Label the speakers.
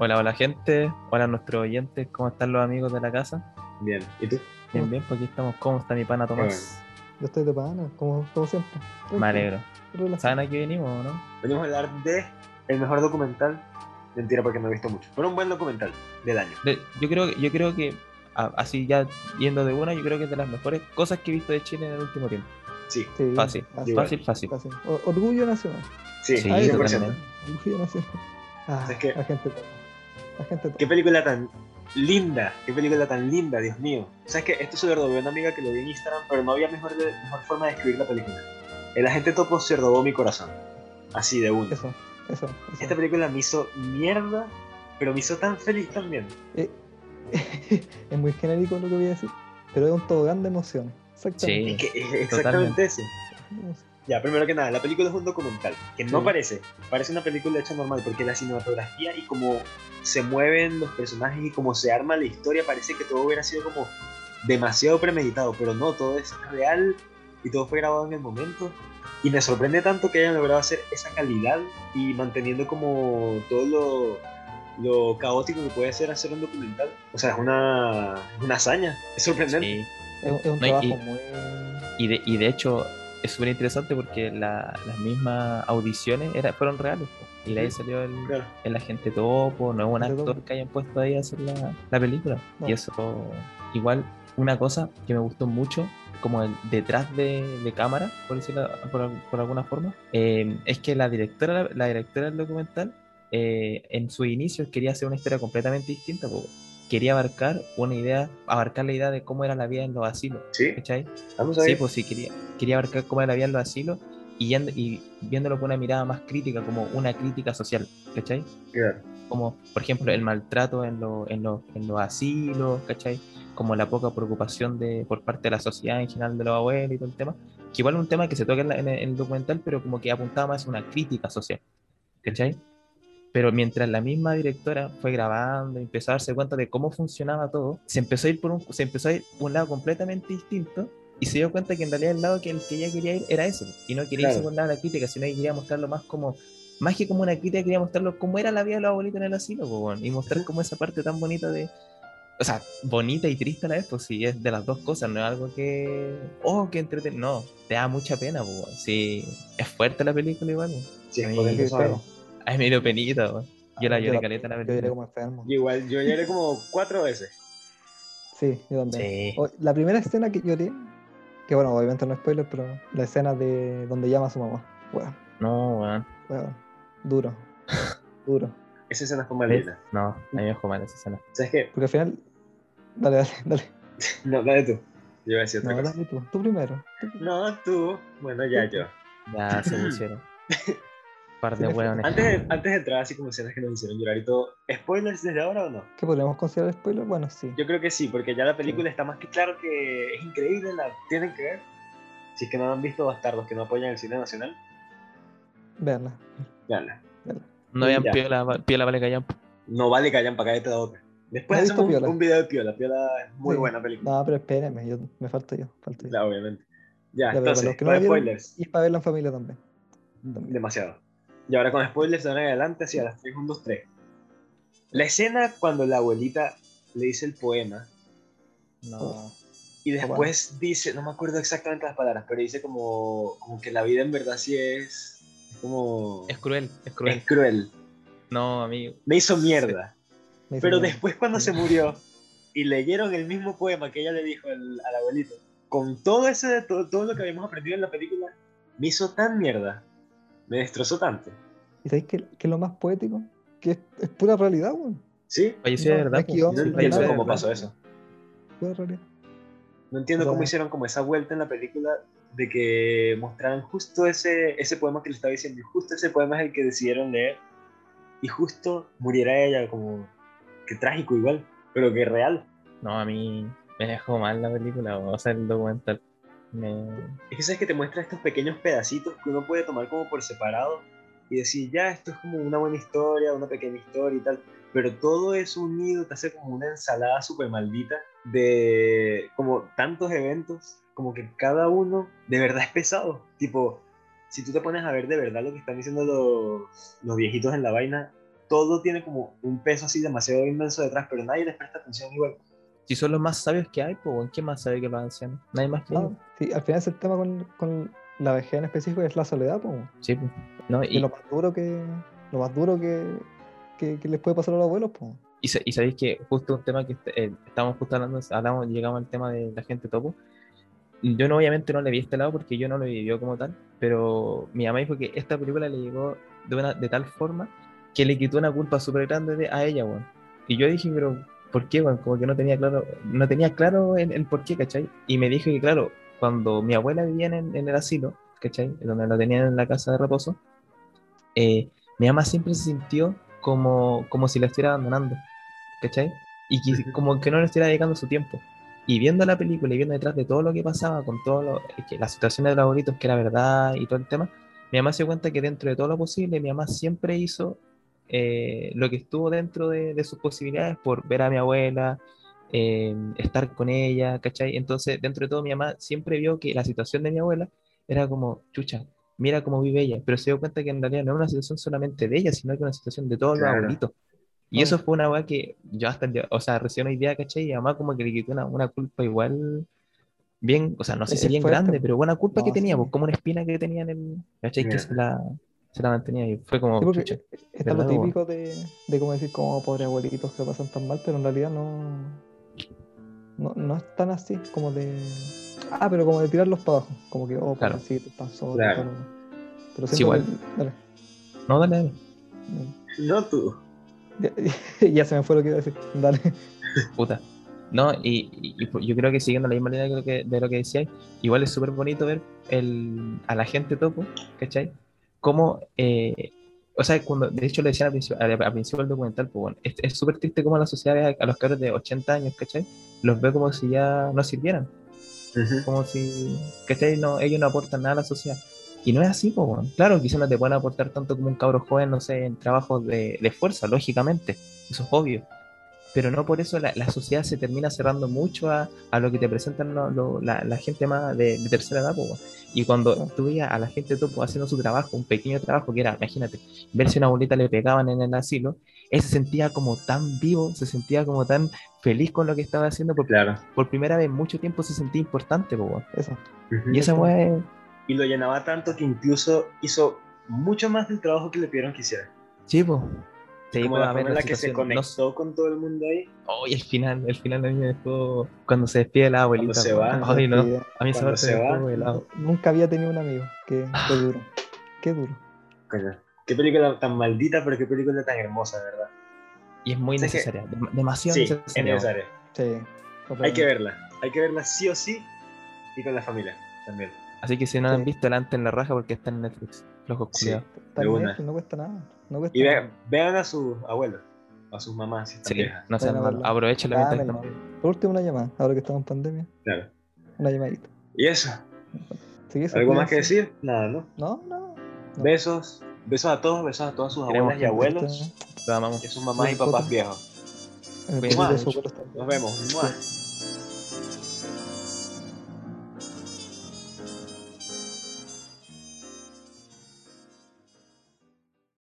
Speaker 1: Hola, hola gente, hola nuestros oyentes, ¿cómo están los amigos de la casa?
Speaker 2: Bien, ¿y tú?
Speaker 1: Bien, bien, pues aquí estamos, ¿cómo está mi pana Tomás?
Speaker 3: Yo estoy de pana, como, como siempre. Tranquilo,
Speaker 1: Me alegro.
Speaker 3: relajado.
Speaker 1: ¿Saben a qué venimos o no?
Speaker 2: Venimos a hablar de el mejor documental. Mentira, porque no he visto mucho. Pero un buen documental del año.
Speaker 1: De- yo, creo, yo creo que, a- así ya yendo de una, yo creo que es de las mejores cosas que he visto de Chile en el último tiempo.
Speaker 2: Sí,
Speaker 3: Sí,
Speaker 1: Fácil,
Speaker 3: fácil,
Speaker 1: fácil, fácil.
Speaker 3: fácil. O- Orgullo nacional.
Speaker 2: sí,
Speaker 1: Sí,
Speaker 2: 100%.
Speaker 1: totalmente.
Speaker 3: Orgullo nacional. Ah,
Speaker 2: Es que-
Speaker 3: la gente toma. La gente
Speaker 2: Qué
Speaker 3: toma.
Speaker 2: película tan linda, qué película tan linda, Dios mío. ¿Sabes que Esto se lo robé a una amiga que lo vi en Instagram, pero no había mejor, de- mejor forma de escribir la película. El agente topo se robó mi corazón. Así de uno.
Speaker 3: Eso, eso, eso.
Speaker 2: Esta película me hizo mierda, pero me hizo tan feliz también.
Speaker 3: Eh, es muy genérico lo que voy a decir, pero es un tobogán de emociones.
Speaker 1: Sí.
Speaker 3: Exactamente.
Speaker 2: Es que es exactamente eso. Ya, primero que nada, la película es un documental, que no
Speaker 3: Sí.
Speaker 2: parece, parece una película hecha normal, porque la cinematografía y cómo se mueven los personajes y cómo se arma la historia, parece que todo hubiera sido como demasiado premeditado, pero no, todo es real y todo fue grabado en el momento. Y me sorprende tanto que hayan logrado hacer esa calidad y manteniendo como todo lo, lo caótico que puede ser hacer un documental. O sea, es una, una hazaña, es sorprendente.
Speaker 1: Sí.
Speaker 3: Es, un- es un
Speaker 1: No, y-
Speaker 3: trabajo
Speaker 1: y-
Speaker 3: muy.
Speaker 1: Eh, Y, de, y de hecho, es súper interesante porque la- las mismas audiciones era, fueron reales. po. Y de ahí
Speaker 2: Sí.
Speaker 1: salió el,
Speaker 2: Claro.
Speaker 1: el agente topo, no es un
Speaker 3: El de
Speaker 1: actor
Speaker 3: Topo.
Speaker 1: que hayan puesto ahí a hacer la, la película.
Speaker 3: No.
Speaker 1: Y eso, igual, una cosa que me gustó mucho, como el detrás de, de cámara, por decirlo por, al- por alguna forma, eh, es que la directora, la directora del documental, eh, en su inicio quería hacer una historia completamente distinta, po. quería abarcar una idea, abarcar la idea de cómo era la vida en los asilos,
Speaker 2: Sí,
Speaker 1: ¿cachai?
Speaker 2: vamos a
Speaker 1: Sí,
Speaker 2: ver.
Speaker 1: pues sí, quería, quería abarcar cómo era la vida en los asilos y, yendo- y viéndolo con una mirada más crítica, como una crítica social, ¿cachai?
Speaker 2: Claro.
Speaker 1: como por ejemplo el maltrato en, lo- en, lo- en los asilos, ¿cachai? Como la poca preocupación de, por parte de la sociedad en general de los abuelos y todo el tema, que igual es un tema que se toca en, la- en el, en el documental, pero como que apuntaba más a una crítica social, ¿cachai? Pero mientras la misma directora fue grabando, empezó a darse cuenta de cómo funcionaba todo, se empezó a ir por un, se empezó a ir por un lado completamente distinto y se dio cuenta que en realidad el lado que, el que ella quería ir era ese, y no quería irse
Speaker 2: Claro.
Speaker 1: por el lado de la crítica, sino que quería mostrarlo más como más que como una crítica, quería mostrarlo cómo era la vida de los abuelitos en el asilo, po, weón, y mostrar como esa parte tan bonita de. O sea, bonita y triste a la vez, pues sí, es de las dos cosas, no es algo que. Oh, que entreten. No, te da mucha pena, pues, weón, sí, es fuerte la película igual. weón.
Speaker 2: Sí,
Speaker 1: Ay,
Speaker 2: podemos
Speaker 3: qué
Speaker 2: empezar.
Speaker 3: feo.
Speaker 1: Ay, me dio penita, weón. Yo la
Speaker 3: Ah, Yo
Speaker 1: lloré
Speaker 3: la-
Speaker 1: caleta la
Speaker 3: Yo diré
Speaker 1: película.
Speaker 3: como enfermo.
Speaker 2: Yo Igual, yo lloré como cuatro veces.
Speaker 3: Sí, yo también.
Speaker 1: Sí,
Speaker 3: O- La primera escena que lloré, que bueno, obviamente no es spoiler, pero la escena de donde llama a su mamá. Weón,
Speaker 1: no, weón.
Speaker 3: weón. Duro. Duro.
Speaker 2: Esa escena fue
Speaker 1: ¿Ves?
Speaker 2: maldita.
Speaker 1: No, a mí me dejó mal esa escena.
Speaker 2: ¿Sabes qué?
Speaker 3: Porque al final. Dale, dale, dale.
Speaker 2: No, dale tú. Yo iba a decir otra
Speaker 3: No,
Speaker 2: cosa.
Speaker 3: dale tú. Tú primero. Tú-
Speaker 2: No, tú. Bueno, ya yo.
Speaker 1: Ya se pusieron. Par de
Speaker 3: Sí,
Speaker 1: weones.
Speaker 2: Antes de, antes de entrar así como escenas que nos hicieron llorar y todo, ¿spoilers desde ahora o no?
Speaker 3: ¿Qué podríamos considerar spoiler? Bueno, sí.
Speaker 2: Yo creo que sí, porque ya la película está más que claro que es increíble, la tienen que ver. Si es que no la han visto bastardos que no apoyan el cine nacional,
Speaker 3: Verla.
Speaker 2: veanla.
Speaker 1: No habían
Speaker 2: Ya.
Speaker 1: piola, piola vale callan.
Speaker 2: No vale que hayan pagado esta otra. Después
Speaker 3: No he visto
Speaker 2: hacemos un,
Speaker 3: Piola.
Speaker 2: un video de Piola. Piola es muy
Speaker 3: Sí.
Speaker 2: buena película.
Speaker 3: No, pero espérame, yo, me falta yo. Falta yo.
Speaker 2: Claro, obviamente. Ya,
Speaker 3: Ya, pero para
Speaker 2: entonces,
Speaker 3: los que no
Speaker 2: para
Speaker 3: la vieron-
Speaker 2: spoilers.
Speaker 3: Y para verla en familia también. También.
Speaker 2: demasiado. Y ahora con spoilers de ahora en adelante, hacia las 3, 1, 2, 3. La escena cuando la abuelita le dice el poema
Speaker 3: Oh,
Speaker 1: No.
Speaker 2: y después dice, no me acuerdo exactamente las palabras, pero dice como, como que la vida en verdad sí es, es como...
Speaker 1: Es cruel, es cruel.
Speaker 2: Es cruel.
Speaker 1: No, amigo.
Speaker 2: Me hizo mierda.
Speaker 3: Me hizo
Speaker 2: Pero
Speaker 3: miedo.
Speaker 2: después cuando se murió y leyeron el mismo poema que ella le dijo al, al abuelito, con todo, ese, todo, todo lo que habíamos aprendido en la película, me hizo tan mierda. Me destrozó tanto.
Speaker 3: ¿Y sabéis qué, qué es lo más poético? Que es, es pura realidad, weón.
Speaker 2: ¿Sí?
Speaker 1: Falleció de
Speaker 3: No,
Speaker 1: verdad.
Speaker 3: no es guión,
Speaker 1: pues,
Speaker 2: No
Speaker 3: sí,
Speaker 1: falleció
Speaker 2: entiendo
Speaker 1: de
Speaker 2: cómo
Speaker 1: verdad.
Speaker 2: pasó eso.
Speaker 3: Pura realidad.
Speaker 2: No entiendo
Speaker 3: Ya.
Speaker 2: cómo hicieron como esa vuelta en la película de que mostraran justo ese, ese poema que le estaba diciendo, y justo ese poema es el que decidieron leer, y justo muriera ella, como que trágico igual, pero que real.
Speaker 1: No, a mí me dejó mal la película, o sea, el documental. Me-
Speaker 2: Es que sabes que te muestra estos pequeños pedacitos que uno puede tomar como por separado y decir, ya, esto es como una buena historia, una pequeña historia y tal, pero todo eso unido te hace como una ensalada súper maldita de como tantos eventos, como que cada uno de verdad es pesado. Tipo, si tú te pones a ver de verdad lo que están diciendo los, los viejitos en la vaina, todo tiene como un peso así demasiado inmenso detrás, pero nadie les presta atención igual.
Speaker 1: Si son los más sabios que hay, pues ¿quién más sabe que los ancianos? Nadie más que
Speaker 3: No,
Speaker 1: ellos.
Speaker 3: Ah, sí, al final es el tema con, con la vejez en específico es la soledad, po.
Speaker 1: Sí, pues. No,
Speaker 3: Y
Speaker 1: y,
Speaker 3: lo más duro que, lo más duro que, que, que les puede pasar a los abuelos, po.
Speaker 1: y, sa- y sabéis que justo un tema que est- eh, estamos justo hablando, hablamos, llegamos al tema de la gente topo. Yo no, obviamente no le vi este lado porque yo no lo vivió como tal, pero mi mamá dijo que esta película le llegó de, una, de tal forma que le quitó una culpa súper grande de- a ella, weón. Y yo dije, pero ¿por qué, weón? Como que no tenía claro, no tenía claro el, el por qué, ¿cachai? Y me dijo que, claro, cuando mi abuela vivía en, en el asilo, ¿cachai? Donde la tenían en la casa de reposo, eh, mi mamá siempre se sintió como, como si la estuviera abandonando, ¿cachai? Y que-
Speaker 2: Ujú.
Speaker 1: como que no le estuviera dedicando su tiempo. Y viendo la película y viendo detrás de todo lo que pasaba, con todo lo, es que la situación de los abuelitos, que era verdad y todo el tema, mi mamá se dio cuenta que dentro de todo lo posible, mi mamá siempre hizo eh, lo que estuvo dentro de, de sus posibilidades por ver a mi abuela, eh, estar con ella, ¿cachai? Entonces, dentro de todo, mi mamá siempre vio que la situación de mi abuela era como, chucha, mira cómo vive ella, pero se dio cuenta que en realidad no era una situación solamente de ella, sino que era una situación de todos
Speaker 2: Claro.
Speaker 1: los abuelitos. Y
Speaker 3: Obvio.
Speaker 1: eso fue una weá que yo hasta el día, o sea, recién hoy día, ¿cachai? Y además como que le quitó una, una culpa igual, bien, o sea, no sé
Speaker 3: Es-
Speaker 1: si
Speaker 3: es
Speaker 1: bien
Speaker 3: fuerte,
Speaker 1: grande,
Speaker 3: po.
Speaker 1: pero buena culpa que
Speaker 3: No,
Speaker 1: tenía,
Speaker 3: sí.
Speaker 1: pues, como una espina que tenía en el, ¿cachai? Que
Speaker 2: Mira.
Speaker 1: se la, se la mantenía y fue como,
Speaker 2: Oh,
Speaker 3: Sí, porque
Speaker 1: chucha.
Speaker 3: está lo
Speaker 1: ¿verdad, po?
Speaker 3: típico de, de como decir, como pobres abuelitos que lo pasan tan mal, pero en realidad no, no, no es tan así, como de. Ah, pero como de tirarlos para abajo, como que, oh,
Speaker 1: Claro.
Speaker 3: pobrecitos, están solos.
Speaker 2: Claro.
Speaker 3: tal. Pero
Speaker 1: Sí,
Speaker 3: siempre.
Speaker 1: igual.
Speaker 3: dale,
Speaker 1: No, dale, dale.
Speaker 3: dale.
Speaker 2: No tú.
Speaker 3: Ya, ya se me fue lo que iba a decir. Dale.
Speaker 1: Puta. No, y, y- y pu- yo creo que siguiendo la misma línea de lo que, de lo que decíais, igual es súper bonito ver el, a la gente topo, ¿cachai? Cómo, eh, o sea, cuando, de hecho lo decían al principio, al, al principio del documental, pues bueno, es- es súper triste cómo la sociedad ve a, a los cabros de 80 años, ¿cachai? Los ve como si ya no sirvieran, como si, ¿cachai? No, ellos no aportan nada a la sociedad. Y no es así, pues bueno. Claro, quizás no te pueden aportar tanto como un cabro joven, no sé, en trabajos de, de fuerza, lógicamente, eso es obvio pero no por eso la, la sociedad se termina cerrando mucho a, a lo que te presentan lo- lo- la, la gente más de, de tercera edad. po, weón. y cuando
Speaker 3: Claro.
Speaker 1: tú veías a la gente topo haciendo su trabajo, un pequeño trabajo que era, imagínate, ver si una bolita le pegaban en el asilo, él se sentía como tan vivo, se sentía como tan feliz con lo que estaba haciendo, por,
Speaker 2: Claro.
Speaker 1: por primera vez en mucho tiempo se sentía importante. po, weón.
Speaker 3: Eso.
Speaker 1: y esa weá es-
Speaker 2: Y lo llenaba tanto que incluso hizo mucho más del trabajo que le pidieron que hiciera.
Speaker 1: sí, po. Sí,
Speaker 2: Como
Speaker 1: po,
Speaker 2: la
Speaker 1: a ver,
Speaker 2: forma en la que se
Speaker 1: situación, no sé.
Speaker 2: conectó con todo el mundo ahí.
Speaker 1: Ay, el final, el final a mí me dejó cuando se despide la abuelita.
Speaker 2: se
Speaker 1: weón.
Speaker 2: va.
Speaker 1: Ay, no,
Speaker 3: Sí,
Speaker 1: a mí esa
Speaker 2: Cuando
Speaker 1: parte
Speaker 2: se
Speaker 1: me
Speaker 2: va.
Speaker 1: dejó helado.
Speaker 3: Nunca había tenido un amigo. Qué, qué duro. Qué duro.
Speaker 2: Coño, Qué película tan maldita, pero qué película tan hermosa, ¿verdad?
Speaker 1: Y es muy
Speaker 2: Sé que-
Speaker 1: necesaria, dem- demasiado
Speaker 2: Sí, es
Speaker 1: necesaria. weón.
Speaker 2: necesaria.
Speaker 3: Sí.
Speaker 2: Hay que verla. Hay que verla sí o sí y con la familia también.
Speaker 1: Así que si no la han
Speaker 3: Sí.
Speaker 1: visto, la han en la raja porque está en Netflix. Flojos
Speaker 2: Sí.
Speaker 1: culiados.
Speaker 3: Está en
Speaker 2: de una.
Speaker 3: Netflix, no cuesta nada. No cuesta
Speaker 2: Y
Speaker 3: nada.
Speaker 2: vean, vean a sus abuelos, a sus mamás si están
Speaker 1: Sí,
Speaker 2: viejas.
Speaker 1: no sean
Speaker 3: Vayan a
Speaker 1: malos.
Speaker 3: verla.
Speaker 1: Aprovechenlo
Speaker 3: Ah,
Speaker 1: mientras
Speaker 3: bueno.
Speaker 1: están-
Speaker 3: Por último, una llamada. Ahora que estamos en pandemia,
Speaker 2: Claro.
Speaker 3: una llamadita.
Speaker 2: Y eso,
Speaker 3: Sí, eso,
Speaker 2: ¿algo más
Speaker 3: cuídense.
Speaker 2: que decir? Nada, ¿no?
Speaker 3: No, no. No.
Speaker 2: Besos, besos a todos, besos a todas sus
Speaker 1: Queremos
Speaker 2: abuelas y abuelos,
Speaker 3: Este,
Speaker 1: Lo amamos.
Speaker 2: y a sus mamás y
Speaker 3: Nosotros.
Speaker 2: papás viejos.
Speaker 3: en el
Speaker 1: Cuídense
Speaker 3: video de
Speaker 2: mucho.
Speaker 3: Socorro está-
Speaker 2: Nos vemos. ¡Mua!